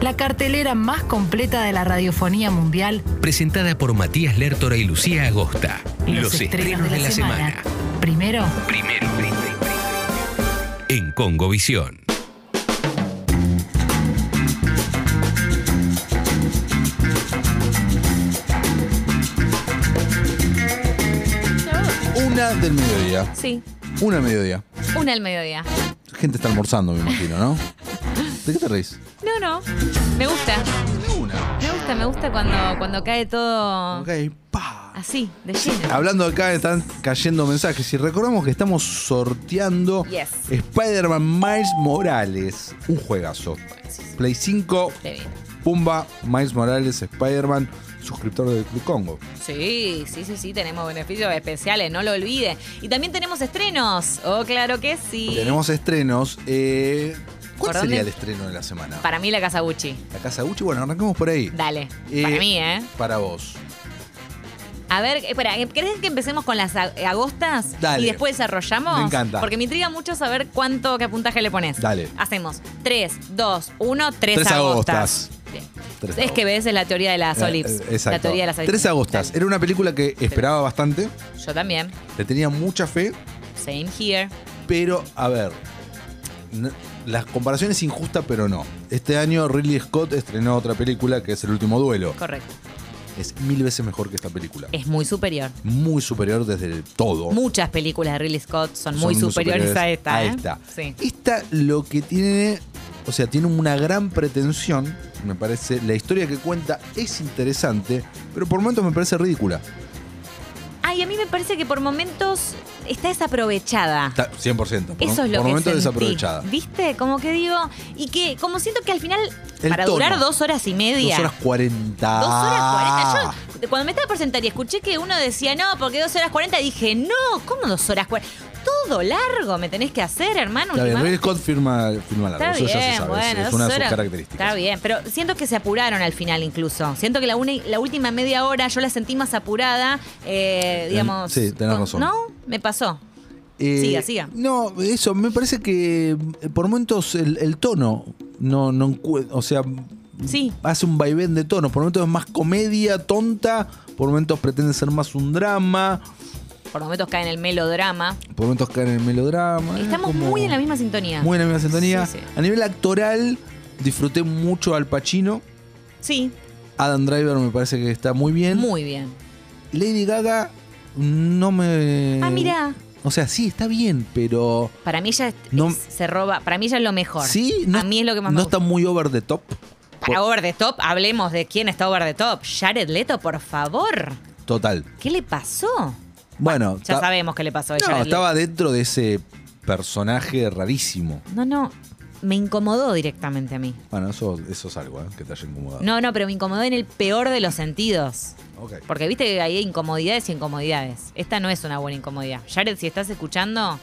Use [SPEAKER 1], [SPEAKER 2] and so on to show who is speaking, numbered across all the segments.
[SPEAKER 1] la cartelera más completa de la radiofonía mundial,
[SPEAKER 2] Presentada por Matías Lertora y Lucía Agosta. Los, estrenos, de la, semana.
[SPEAKER 1] Primero,
[SPEAKER 2] Primero. En Congovisión.
[SPEAKER 3] Una del mediodía.
[SPEAKER 4] Sí,
[SPEAKER 3] Una del mediodía.
[SPEAKER 4] una al mediodía.
[SPEAKER 3] Gente está almorzando, me imagino, ¿no? ¿De qué te reís?
[SPEAKER 4] No, no, me gusta.
[SPEAKER 3] Una.
[SPEAKER 4] Me gusta, me gusta cuando, cuando cae todo
[SPEAKER 3] Ok, pa.
[SPEAKER 4] así, de lleno.
[SPEAKER 3] Hablando acá, están cayendo mensajes. Y recordamos que estamos sorteando
[SPEAKER 4] Yes.
[SPEAKER 3] Spider-Man Miles Morales. Un juegazo. Play 5,
[SPEAKER 4] Qué bien.
[SPEAKER 3] Pumba, Miles Morales, Spider-Man, suscriptor del Club Congo.
[SPEAKER 4] Sí, sí, sí, sí, tenemos beneficios especiales, no lo olvide. Y también tenemos estrenos. Oh, claro que sí.
[SPEAKER 3] Tenemos estrenos. eh, ¿Cuál
[SPEAKER 4] ¿Por
[SPEAKER 3] sería
[SPEAKER 4] dónde?
[SPEAKER 3] el estreno de la semana?
[SPEAKER 4] Para mí la Casa Gucci.
[SPEAKER 3] ¿La Casa Gucci? Bueno, arrancamos por ahí.
[SPEAKER 4] Dale.
[SPEAKER 3] Eh,
[SPEAKER 4] Para mí, ¿eh?
[SPEAKER 3] Para vos.
[SPEAKER 4] A ver, espera, ¿crees que empecemos con las ag- agostas
[SPEAKER 3] Dale.
[SPEAKER 4] y después desarrollamos?
[SPEAKER 3] Me encanta.
[SPEAKER 4] Porque me intriga mucho saber cuánto, qué puntaje le pones.
[SPEAKER 3] Dale.
[SPEAKER 4] Hacemos 3, 2, 1, 3,
[SPEAKER 3] Tres
[SPEAKER 4] agostas.
[SPEAKER 3] agostas.
[SPEAKER 4] Bien.
[SPEAKER 3] Tres
[SPEAKER 4] es que ves, es la teoría de las
[SPEAKER 3] Eh,
[SPEAKER 4] olips.
[SPEAKER 3] eh, Exacto.
[SPEAKER 4] La teoría de las olips.
[SPEAKER 3] Tres agostas. Era una película que esperaba bastante.
[SPEAKER 4] Yo también.
[SPEAKER 3] Le tenía mucha fe.
[SPEAKER 4] Same here.
[SPEAKER 3] Pero, a ver. n- La comparación es injusta, pero no. Este año Ridley Scott estrenó otra película que es El último duelo.
[SPEAKER 4] Correcto.
[SPEAKER 3] Es mil veces mejor que esta película.
[SPEAKER 4] Es muy superior.
[SPEAKER 3] Muy superior desde el todo.
[SPEAKER 4] Muchas películas de Ridley Scott son,
[SPEAKER 3] Oh. Son
[SPEAKER 4] muy, superiores, a esta.
[SPEAKER 3] A
[SPEAKER 4] ¿eh?
[SPEAKER 3] esta.
[SPEAKER 4] Sí.
[SPEAKER 3] Esta lo que tiene. O sea, tiene una gran pretensión, me parece. La historia que cuenta es interesante, pero por momentos me parece ridícula.
[SPEAKER 4] Ay, a mí me parece que por momentos está desaprovechada.
[SPEAKER 3] Está 100%. Por,
[SPEAKER 4] Eso es lo
[SPEAKER 3] por
[SPEAKER 4] que
[SPEAKER 3] momentos
[SPEAKER 4] sentí.
[SPEAKER 3] desaprovechada.
[SPEAKER 4] ¿Viste? Como que digo. Y que, como siento que al final,
[SPEAKER 3] El
[SPEAKER 4] para
[SPEAKER 3] tono.
[SPEAKER 4] durar dos horas y media.
[SPEAKER 3] Dos horas cuarenta. Ah.
[SPEAKER 4] Dos horas cuarenta. Yo, cuando me estaba por sentar y escuché que uno decía, no, porque dos horas cuarenta, dije, no, ¿cómo dos horas cuarenta? Todo largo me tenés que hacer, hermano.
[SPEAKER 3] Está bien,
[SPEAKER 4] últimamente.
[SPEAKER 3] Ridley Scott firma, firma largo,
[SPEAKER 4] Está
[SPEAKER 3] eso ya
[SPEAKER 4] bien,
[SPEAKER 3] se sabe, es-
[SPEAKER 4] bueno,
[SPEAKER 3] es una de
[SPEAKER 4] dos
[SPEAKER 3] sus
[SPEAKER 4] horas.
[SPEAKER 3] características.
[SPEAKER 4] Está bien, pero siento que se apuraron al final incluso. Siento que la, una- la última media hora yo la sentí más apurada, eh, digamos.
[SPEAKER 3] sí, tenés
[SPEAKER 4] con-
[SPEAKER 3] razón.
[SPEAKER 4] ¿No? Me pasó.
[SPEAKER 3] Eh,
[SPEAKER 4] Siga, siga.
[SPEAKER 3] No, eso, me parece que eh, por momentos el, el tono no, no encu- o sea,
[SPEAKER 4] Sí.
[SPEAKER 3] hace un vaivén de tono, por momentos es más comedia tonta, por momentos pretende ser más un drama,
[SPEAKER 4] Por momentos cae en el melodrama.
[SPEAKER 3] por momentos cae en el melodrama. eh,
[SPEAKER 4] Estamos
[SPEAKER 3] como-
[SPEAKER 4] muy en la misma sintonía.
[SPEAKER 3] muy en la misma sintonía.
[SPEAKER 4] Sí, sí.
[SPEAKER 3] A nivel actoral, disfruté mucho al Pacino.
[SPEAKER 4] Sí,
[SPEAKER 3] Adam Driver me parece que está muy bien.
[SPEAKER 4] muy bien.
[SPEAKER 3] Lady Gaga no me.
[SPEAKER 4] Ah, mirá.
[SPEAKER 3] O sea, sí, está bien, pero.
[SPEAKER 4] Para mí ella es-
[SPEAKER 3] No-
[SPEAKER 4] es- se roba. Para mí ella es lo mejor.
[SPEAKER 3] Sí, no,
[SPEAKER 4] A mí es lo que más
[SPEAKER 3] no
[SPEAKER 4] me gusta.
[SPEAKER 3] está muy over the top.
[SPEAKER 4] Para Over the Top, hablemos de quién está Over the Top. Jared Leto, por favor.
[SPEAKER 3] Total.
[SPEAKER 4] ¿Qué le pasó?
[SPEAKER 3] Bueno,
[SPEAKER 4] Ah, Ya
[SPEAKER 3] ta-
[SPEAKER 4] sabemos qué le pasó a
[SPEAKER 3] no,
[SPEAKER 4] Jared Leto.
[SPEAKER 3] estaba dentro de ese personaje rarísimo.
[SPEAKER 4] No, no, me incomodó directamente a mí.
[SPEAKER 3] Bueno, eso, eso es algo, ¿eh? Que te haya incomodado.
[SPEAKER 4] No, no, pero me incomodó en el peor de los sentidos.
[SPEAKER 3] Ok.
[SPEAKER 4] Porque viste que ahí hay incomodidades y incomodidades. Esta no es una buena incomodidad. Jared, si estás escuchando,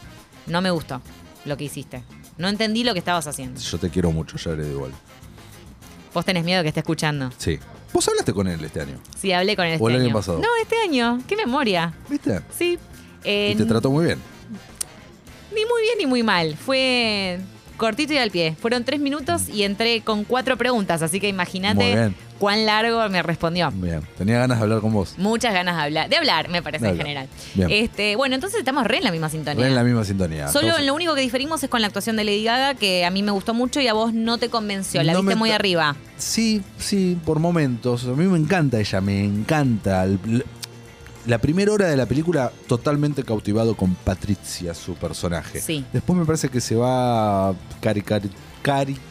[SPEAKER 4] no me gustó lo que hiciste. No entendí lo que estabas haciendo.
[SPEAKER 3] Yo te quiero mucho, Jared, igual.
[SPEAKER 4] Vos tenés miedo que esté escuchando.
[SPEAKER 3] Sí. Vos hablaste con él este año,
[SPEAKER 4] Sí, hablé con él este
[SPEAKER 3] O el año pasado.
[SPEAKER 4] No, este año. Qué memoria.
[SPEAKER 3] ¿viste?
[SPEAKER 4] Sí. Eh,
[SPEAKER 3] Y te trató muy bien.
[SPEAKER 4] Ni muy bien ni muy mal. Fue cortito y al pie. Fueron tres minutos y entré con cuatro preguntas. Así que
[SPEAKER 3] Muy
[SPEAKER 4] imagínate
[SPEAKER 3] bien.
[SPEAKER 4] cuán largo me respondió.
[SPEAKER 3] Bien. Tenía ganas de hablar con vos.
[SPEAKER 4] Muchas ganas de hablar, de hablar, me parece
[SPEAKER 3] De
[SPEAKER 4] en
[SPEAKER 3] hablar.
[SPEAKER 4] general.
[SPEAKER 3] Bien.
[SPEAKER 4] Este, bueno, entonces estamos re en la misma sintonía.
[SPEAKER 3] Re en la misma sintonía.
[SPEAKER 4] Solo
[SPEAKER 3] Estamos-
[SPEAKER 4] en lo único que diferimos es con la actuación de Lady Gaga, que a mí me gustó mucho y a vos no te convenció. La
[SPEAKER 3] No
[SPEAKER 4] viste
[SPEAKER 3] me
[SPEAKER 4] muy
[SPEAKER 3] ta-
[SPEAKER 4] arriba.
[SPEAKER 3] Sí, sí, por momentos. A mí me encanta ella, me encanta. El- La primera hora de la película totalmente cautivado con Patricia, su personaje.
[SPEAKER 4] Sí.
[SPEAKER 3] Después me parece que se va carica-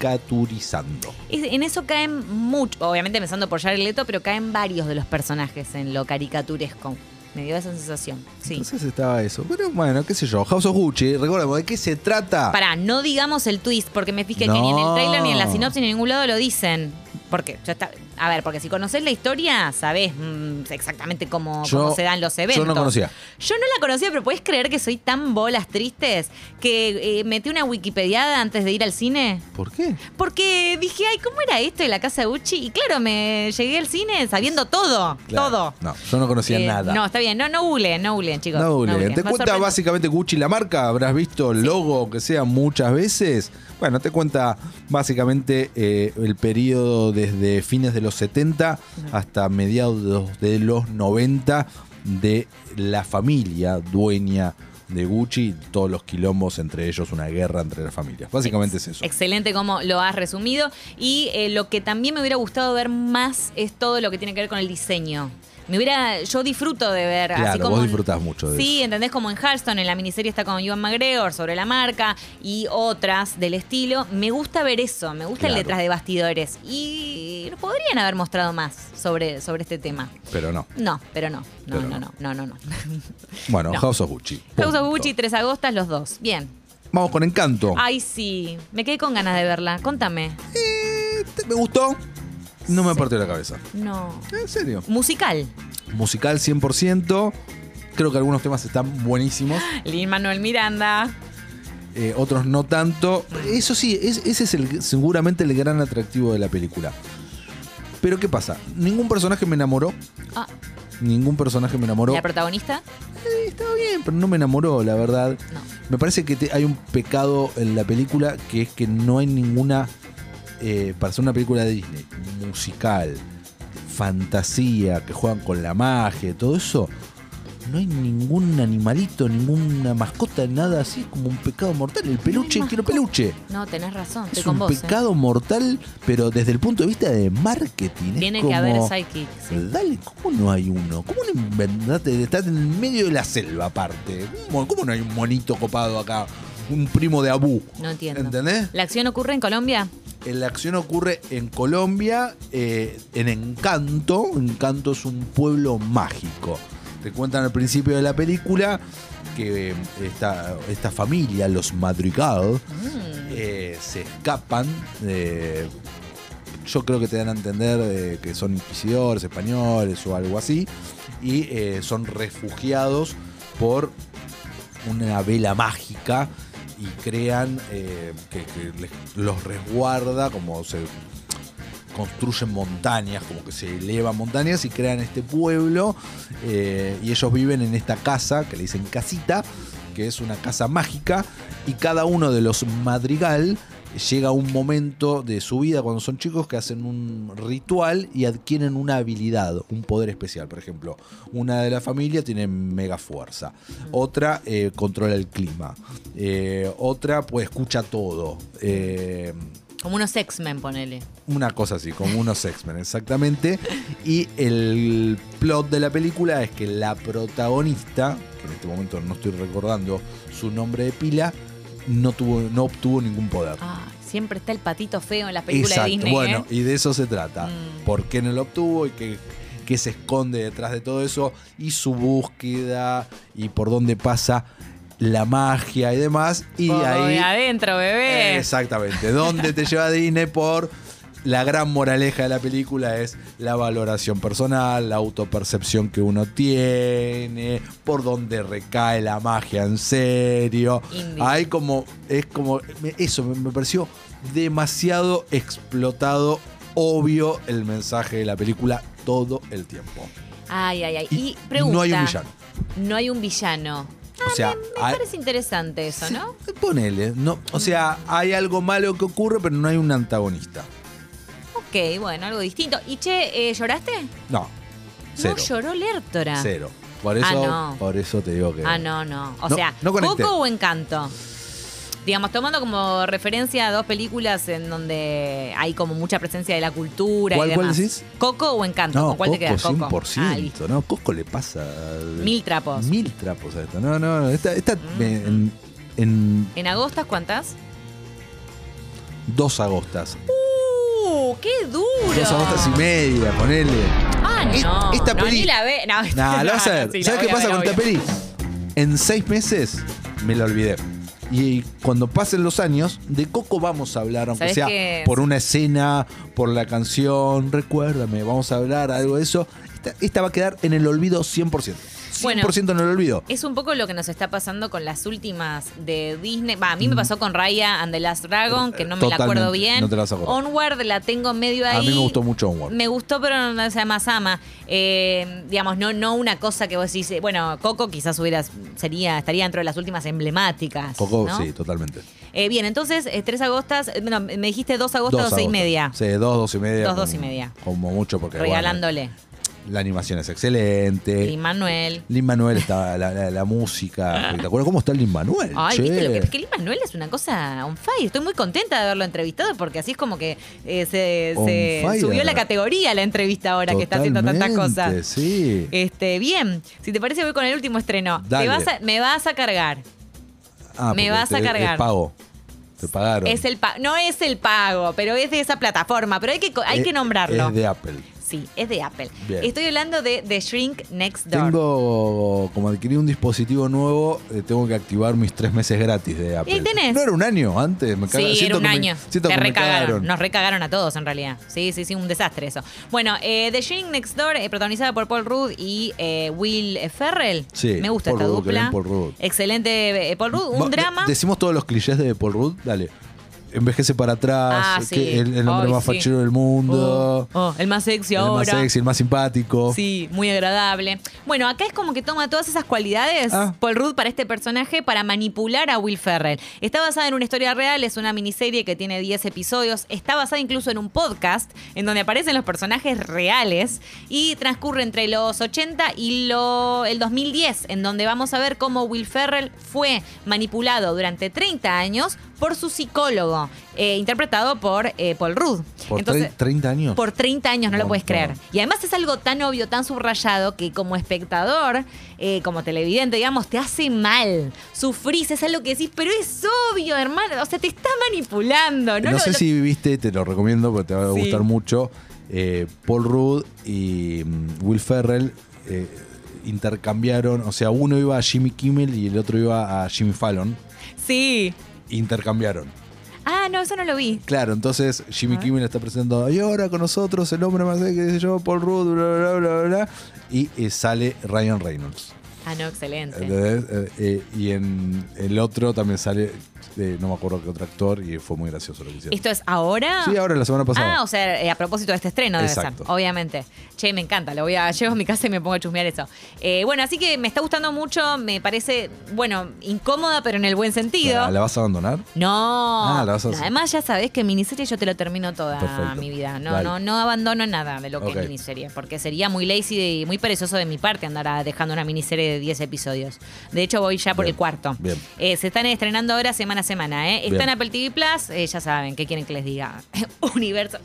[SPEAKER 3] caricaturizando.
[SPEAKER 4] Es- En eso caen mucho, obviamente empezando por Jared Leto, pero caen varios de los personajes en lo caricaturesco. Me dio esa sensación. Sí.
[SPEAKER 3] Entonces estaba eso. Pero bueno, qué sé yo. House of Gucci, recordemos, ¿de qué se trata?
[SPEAKER 4] Pará, no digamos el twist, porque me fijé que ni en el
[SPEAKER 3] ah. No.
[SPEAKER 4] trailer ni en la sinopsis ni en ningún lado lo dicen. Porque ya está. A ver, porque si conocés la historia, sabés mm, exactamente cómo,
[SPEAKER 3] Yo-
[SPEAKER 4] cómo se dan los
[SPEAKER 3] yo no
[SPEAKER 4] eventos.
[SPEAKER 3] conocía.
[SPEAKER 4] Yo no la conocía, pero ¿puedes creer que soy tan bolas tristes que eh, metí una wikipediada antes de ir al cine?
[SPEAKER 3] ¿Por qué?
[SPEAKER 4] Porque dije, ay, ¿cómo era esto de la casa de Gucci? Y claro, me llegué al cine sabiendo todo,
[SPEAKER 3] Claro.
[SPEAKER 4] todo.
[SPEAKER 3] No, yo no conocía
[SPEAKER 4] Eh,
[SPEAKER 3] nada.
[SPEAKER 4] No, está bien. No, no googleen, no googleen, chicos.
[SPEAKER 3] No, Google.
[SPEAKER 4] googleen.
[SPEAKER 3] Te
[SPEAKER 4] Me
[SPEAKER 3] cuenta
[SPEAKER 4] sorprende.
[SPEAKER 3] básicamente Gucci la marca, habrás visto el logo que sea muchas veces. Bueno, te cuenta básicamente eh, el periodo desde fines de los 70 hasta mediados de los 90 de la familia dueña de Gucci, todos los quilombos, entre ellos una guerra entre las familias. Básicamente es eso.
[SPEAKER 4] Excelente como lo has resumido. Y eh, lo que también me hubiera gustado ver más es todo lo que tiene que ver con el diseño. Me hubiera, yo disfruto de ver, así
[SPEAKER 3] Claro,
[SPEAKER 4] como
[SPEAKER 3] vos
[SPEAKER 4] en-
[SPEAKER 3] disfrutás mucho de
[SPEAKER 4] Sí,
[SPEAKER 3] eso.
[SPEAKER 4] entendés como en Halston, en la miniserie está con Ivan McGregor sobre la marca y otras del estilo. Me gusta ver eso, me gusta el
[SPEAKER 3] Claro.
[SPEAKER 4] detrás de bastidores. Y podrían haber mostrado más sobre, sobre este tema.
[SPEAKER 3] Pero no.
[SPEAKER 4] No, pero no, no,
[SPEAKER 3] Pero
[SPEAKER 4] no, no, no,
[SPEAKER 3] no.
[SPEAKER 4] no, no.
[SPEAKER 3] Bueno,
[SPEAKER 4] No.
[SPEAKER 3] House of Gucci.
[SPEAKER 4] House of
[SPEAKER 3] Punto.
[SPEAKER 4] Gucci, Ah. Tres Agostas, los dos. Bien.
[SPEAKER 3] Vamos con Encanto.
[SPEAKER 4] Ay, sí, me quedé con ganas de verla. Contame.
[SPEAKER 3] Eh, te- me gustó. No me partió la cabeza.
[SPEAKER 4] No.
[SPEAKER 3] En serio.
[SPEAKER 4] Musical.
[SPEAKER 3] musical 100%. Creo que algunos temas están buenísimos,
[SPEAKER 4] Lin Manuel Miranda.
[SPEAKER 3] eh, otros no tanto. Eso sí, es- ese es el, seguramente el gran atractivo de la película. Pero ¿qué pasa? Ningún personaje me enamoró.
[SPEAKER 4] Ah,
[SPEAKER 3] Ningún personaje me enamoró.
[SPEAKER 4] ¿La protagonista?
[SPEAKER 3] Eh, estaba bien, pero no me enamoró, la verdad.
[SPEAKER 4] No.
[SPEAKER 3] Me parece que te- hay un pecado en la película que es que no hay ninguna, eh, para ser una película de Disney, musical, fantasía, que juegan con la magia, y todo eso. No hay ningún animalito, ninguna mascota, nada así, es como un pecado mortal. El peluche,
[SPEAKER 4] mascota.
[SPEAKER 3] quiero peluche.
[SPEAKER 4] No, tenés razón. Estoy
[SPEAKER 3] Es
[SPEAKER 4] con
[SPEAKER 3] un
[SPEAKER 4] vos. ¿eh?
[SPEAKER 3] pecado mortal, pero desde el punto de vista de marketing. es
[SPEAKER 4] Tiene que
[SPEAKER 3] como-
[SPEAKER 4] haber sidekick. sí.
[SPEAKER 3] Dale, ¿cómo no hay uno? ¿Cómo no inventaste? Estás en el medio de la selva, aparte. ¿Cómo, cómo no hay un monito copado acá? Un primo de Abu.
[SPEAKER 4] No entiendo.
[SPEAKER 3] ¿Entendés?
[SPEAKER 4] ¿La acción ocurre en Colombia?
[SPEAKER 3] Eh, La acción ocurre en Colombia, eh, en Encanto. Encanto es un pueblo mágico. Te cuentan al principio de la película que eh, esta, esta familia, los Madrigal,
[SPEAKER 4] Mm.
[SPEAKER 3] eh, se escapan. eh, yo creo que te dan a entender eh, que son inquisidores españoles o algo así. Y eh, son refugiados por una vela mágica y crean eh, que, que les- los resguarda, como se construyen montañas, como que se elevan montañas y crean este pueblo. eh, y ellos viven en esta casa, que le dicen casita, que es una casa mágica. Y cada uno de los madrigal llega a un momento de su vida cuando son chicos que hacen un ritual y adquieren una habilidad, un poder especial. Por ejemplo, una de la familia tiene mega fuerza, otra eh, controla el clima, eh, otra pues escucha todo. eh,
[SPEAKER 4] Como unos X-Men, ponele.
[SPEAKER 3] una cosa así, como unos X-Men, exactamente. Y el plot de la película es que la protagonista, que en este momento no estoy recordando su nombre de pila, no, tuvo, no obtuvo ningún poder.
[SPEAKER 4] Ah, siempre está el patito feo en las películas
[SPEAKER 3] Exacto,
[SPEAKER 4] de Disney.
[SPEAKER 3] bueno,
[SPEAKER 4] ¿eh?
[SPEAKER 3] y de eso se trata.
[SPEAKER 4] Mm.
[SPEAKER 3] ¿Por qué no lo obtuvo y qué, qué se esconde detrás de todo eso? Y su búsqueda y por dónde pasa la magia y demás. Y
[SPEAKER 4] Por
[SPEAKER 3] ahí...
[SPEAKER 4] de adentro, bebé.
[SPEAKER 3] Exactamente. ¿Dónde te lleva Disney por la gran moraleja de la película es la valoración personal, la autopercepción que uno tiene, por dónde recae la magia en serio.
[SPEAKER 4] Indie.
[SPEAKER 3] Hay como es como me- eso me, me pareció demasiado explotado, obvio el mensaje de la película todo el tiempo.
[SPEAKER 4] Ay, ay, ay.
[SPEAKER 3] Y-
[SPEAKER 4] Y,
[SPEAKER 3] y no
[SPEAKER 4] pregunta.
[SPEAKER 3] hay un villano.
[SPEAKER 4] No hay un villano.
[SPEAKER 3] O sea,
[SPEAKER 4] Ah, Me
[SPEAKER 3] hay-
[SPEAKER 4] parece interesante eso, ¿no?
[SPEAKER 3] Sí, ponele, no, o sea, hay algo malo que ocurre, pero no hay un antagonista.
[SPEAKER 4] Ok, bueno, algo distinto. Y che, eh, ¿lloraste?
[SPEAKER 3] No. Cero.
[SPEAKER 4] No lloró Lertora.
[SPEAKER 3] Cero. Por eso,
[SPEAKER 4] Ah, no.
[SPEAKER 3] por eso te digo que.
[SPEAKER 4] Ah, no, no. O
[SPEAKER 3] este, No,
[SPEAKER 4] sea,
[SPEAKER 3] no conecté.
[SPEAKER 4] ¿Coco o Encanto? Digamos, tomando como referencia a dos películas en donde hay como mucha presencia de la cultura
[SPEAKER 3] ¿Cuál-
[SPEAKER 4] y
[SPEAKER 3] cuál
[SPEAKER 4] demás.
[SPEAKER 3] decís?
[SPEAKER 4] ¿Coco o Encanto?
[SPEAKER 3] No,
[SPEAKER 4] ¿Con cuál
[SPEAKER 3] Coco,
[SPEAKER 4] te quedas? Coco.
[SPEAKER 3] 100%.
[SPEAKER 4] Ah, listo.
[SPEAKER 3] ¿no? Coco le pasa.
[SPEAKER 4] Mil trapos.
[SPEAKER 3] Mil trapos a esto. No, no, no. Esta, esta me- en, en
[SPEAKER 4] ¿En agostas cuántas?
[SPEAKER 3] dos agostas.
[SPEAKER 4] ¡Uh! ¡Qué duro!
[SPEAKER 3] Dos agostas y media, ponele.
[SPEAKER 4] Ah,
[SPEAKER 3] Es-
[SPEAKER 4] no.
[SPEAKER 3] esta
[SPEAKER 4] no,
[SPEAKER 3] peli-
[SPEAKER 4] ni la ve. No,
[SPEAKER 3] Nah,
[SPEAKER 4] no,
[SPEAKER 3] lo vas a ver.
[SPEAKER 4] sí, la
[SPEAKER 3] ¿Sabes
[SPEAKER 4] voy
[SPEAKER 3] qué
[SPEAKER 4] a
[SPEAKER 3] pasa
[SPEAKER 4] ver,
[SPEAKER 3] con esta
[SPEAKER 4] obvio.
[SPEAKER 3] peli? En seis meses me la olvidé. Y cuando pasen los años, de Coco vamos a hablar, aunque
[SPEAKER 4] ¿Sabés
[SPEAKER 3] sea
[SPEAKER 4] qué?
[SPEAKER 3] por una escena, por la canción, recuérdame, vamos a hablar algo de eso. Esta, esta va a quedar en el olvido 100%. 100%
[SPEAKER 4] Bueno.
[SPEAKER 3] en el olvido.
[SPEAKER 4] Es un poco lo que nos está pasando con las últimas de Disney. Va, a mí me pasó con Raya and the Last Dragon, que no me la
[SPEAKER 3] Mm. Totalmente,
[SPEAKER 4] acuerdo bien.
[SPEAKER 3] no te la vas a acordar.
[SPEAKER 4] Onward la tengo medio ahí.
[SPEAKER 3] A mí me gustó mucho Onward.
[SPEAKER 4] Me gustó, pero no sea más ama. Eh, digamos, no, no una cosa que vos dices. Bueno, Coco quizás hubiera, sería, estaría dentro de las últimas emblemáticas.
[SPEAKER 3] Coco,
[SPEAKER 4] ¿no?
[SPEAKER 3] sí, totalmente.
[SPEAKER 4] Eh, bien, entonces, eh, tres agostas, eh, bueno, me dijiste dos agostas,
[SPEAKER 3] Dos
[SPEAKER 4] doce y
[SPEAKER 3] agosto.
[SPEAKER 4] media.
[SPEAKER 3] Sí, dos, dos y media.
[SPEAKER 4] Dos, dos
[SPEAKER 3] con-
[SPEAKER 4] y media.
[SPEAKER 3] Como mucho, porque. bueno, Eh,
[SPEAKER 4] regalándole.
[SPEAKER 3] la animación es excelente.
[SPEAKER 4] Y Manuel.
[SPEAKER 3] Lin Manuel está, la, la- la música espectacular. ¿Cómo está Lin Manuel?
[SPEAKER 4] Ay, ¿viste lo que, es que Lin Manuel es una cosa on fire. Estoy muy contenta de haberlo entrevistado porque así es como que eh, se,
[SPEAKER 3] On
[SPEAKER 4] se
[SPEAKER 3] fire.
[SPEAKER 4] subió la categoría la entrevista ahora que está haciendo tantas
[SPEAKER 3] Totalmente,
[SPEAKER 4] cosas.
[SPEAKER 3] Sí.
[SPEAKER 4] Este, bien, si te parece voy con el último estreno. Te
[SPEAKER 3] Dale.
[SPEAKER 4] vas a- me vas a cargar.
[SPEAKER 3] Ah,
[SPEAKER 4] me
[SPEAKER 3] porque
[SPEAKER 4] vas a
[SPEAKER 3] te-
[SPEAKER 4] cargar.
[SPEAKER 3] Te pago. Te pagaron.
[SPEAKER 4] Es el pa- no es el pago, pero es de esa plataforma, pero hay que co- hay
[SPEAKER 3] Es-
[SPEAKER 4] que nombrarlo.
[SPEAKER 3] Eh, Es de Apple.
[SPEAKER 4] Sí, es de Apple.
[SPEAKER 3] Bien.
[SPEAKER 4] Estoy hablando de The Shrink Next Door.
[SPEAKER 3] Tengo, como adquirí un dispositivo nuevo, eh, tengo que activar mis tres meses gratis de Apple.
[SPEAKER 4] ahí tenés.
[SPEAKER 3] No era un año antes, me caga-
[SPEAKER 4] Sí, era
[SPEAKER 3] siento
[SPEAKER 4] un
[SPEAKER 3] que me-
[SPEAKER 4] año.
[SPEAKER 3] siento
[SPEAKER 4] Te
[SPEAKER 3] que me
[SPEAKER 4] recagaron.
[SPEAKER 3] cagaron.
[SPEAKER 4] Nos recagaron a todos, en realidad. Sí, sí, sí, un desastre eso. Bueno, eh, The Shining Next Door, eh, protagonizada por Paul Rudd y eh, Will Ferrell.
[SPEAKER 3] Sí,
[SPEAKER 4] Me gusta
[SPEAKER 3] Paul
[SPEAKER 4] esta
[SPEAKER 3] Rudd, que
[SPEAKER 4] dupla.
[SPEAKER 3] bien Paul Rudd.
[SPEAKER 4] Excelente eh, Paul Rudd. Un
[SPEAKER 3] Va-
[SPEAKER 4] drama.
[SPEAKER 3] de- Decimos todos los clichés de Paul Rudd, dale. Envejece para atrás,
[SPEAKER 4] Ah, sí.
[SPEAKER 3] que el, el hombre
[SPEAKER 4] Ay,
[SPEAKER 3] más
[SPEAKER 4] sí.
[SPEAKER 3] fachero del mundo,
[SPEAKER 4] Oh, oh, el más sexy
[SPEAKER 3] el
[SPEAKER 4] ahora.
[SPEAKER 3] más sexy, el más simpático.
[SPEAKER 4] Sí, muy agradable. Bueno, acá es como que toma todas esas cualidades
[SPEAKER 3] Ah.
[SPEAKER 4] Paul Rudd para este personaje para manipular a Will Ferrell. Está basada en una historia real, es una miniserie que tiene 10 episodios, está basada incluso en un podcast en donde aparecen los personajes reales y transcurre entre los 80 y lo, el 2010, en donde vamos a ver cómo Will Ferrell fue manipulado durante 30 años por su psicólogo, eh, interpretado por eh, Paul Rudd.
[SPEAKER 3] Por
[SPEAKER 4] Entonces-
[SPEAKER 3] tre- 30 años.
[SPEAKER 4] por 30 años, no lo
[SPEAKER 3] Un
[SPEAKER 4] puedes
[SPEAKER 3] montón.
[SPEAKER 4] creer. Y además es algo tan obvio, tan subrayado, que como espectador, eh, como televidente, digamos, te hace mal. Sufrís, es algo que decís, pero es obvio, hermano. O sea, te está manipulando. No,
[SPEAKER 3] no
[SPEAKER 4] lo-
[SPEAKER 3] sé
[SPEAKER 4] lo-
[SPEAKER 3] si viste, te lo recomiendo porque te va a
[SPEAKER 4] Sí.
[SPEAKER 3] gustar mucho. eh, Paul Rudd y mm, Will Ferrell eh, intercambiaron, o sea, uno iba a Jimmy Kimmel y el otro iba a Jimmy Fallon.
[SPEAKER 4] Sí.
[SPEAKER 3] Intercambiaron.
[SPEAKER 4] Ah, no, eso no lo vi.
[SPEAKER 3] Claro, entonces Jimmy Kimmel está presentando, y ahora con nosotros el hombre más que sé yo, Paul Rudd, bla, bla, bla, bla, bla", y eh, sale Ryan Reynolds.
[SPEAKER 4] Ah, no, excelente.
[SPEAKER 3] ¿Entendés? Eh, eh, y en el otro también sale, eh, no me acuerdo qué otro actor, y fue muy gracioso lo que hicieron.
[SPEAKER 4] ¿Esto es ahora?
[SPEAKER 3] Sí, ahora la semana pasada.
[SPEAKER 4] Ah, o sea, eh, a propósito de este estreno debe
[SPEAKER 3] Exacto.
[SPEAKER 4] ser, obviamente. Che, me encanta, lo voy a llevo a mi casa y me pongo a chusmear eso. Eh, bueno, así que me está gustando mucho, me parece, bueno, incómoda, pero en el buen sentido.
[SPEAKER 3] ¿La- ¿La vas a abandonar?
[SPEAKER 4] No.
[SPEAKER 3] Ah, la vas a hacer.
[SPEAKER 4] Además, ya sabes que miniserie yo te lo termino toda
[SPEAKER 3] Perfecto.
[SPEAKER 4] mi vida. No,
[SPEAKER 3] Dale.
[SPEAKER 4] no, no abandono nada de lo que
[SPEAKER 3] Ok.
[SPEAKER 4] es miniserie, porque sería muy lazy y muy perezoso de mi parte andar a- dejando una miniserie de 10 episodios. De hecho, voy ya por
[SPEAKER 3] Bien,
[SPEAKER 4] el cuarto.
[SPEAKER 3] bien.
[SPEAKER 4] Eh, se están estrenando ahora semana a semana. ¿eh? Está
[SPEAKER 3] Bien.
[SPEAKER 4] en Apple TV Plus, eh, ya saben, ¿qué quieren que les diga? Universo,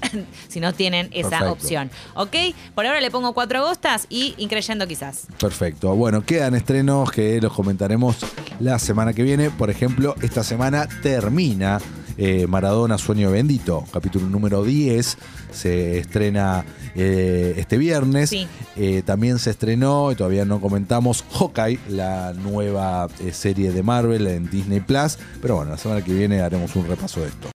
[SPEAKER 4] si no tienen esa
[SPEAKER 3] Perfecto.
[SPEAKER 4] opción. ¿Ok? Por ahora le pongo cuatro agostas y increyendo quizás.
[SPEAKER 3] Perfecto. Bueno, quedan estrenos que los comentaremos la semana que viene. Por ejemplo, esta semana termina eh, Maradona Sueño Bendito, capítulo número 10. Se estrena eh, este viernes.
[SPEAKER 4] Sí.
[SPEAKER 3] Eh, también se estrenó, y todavía no comentamos, Hawkeye, la nueva eh, serie de Marvel en Disney Plus. Pero bueno, la semana que viene haremos un repaso de esto.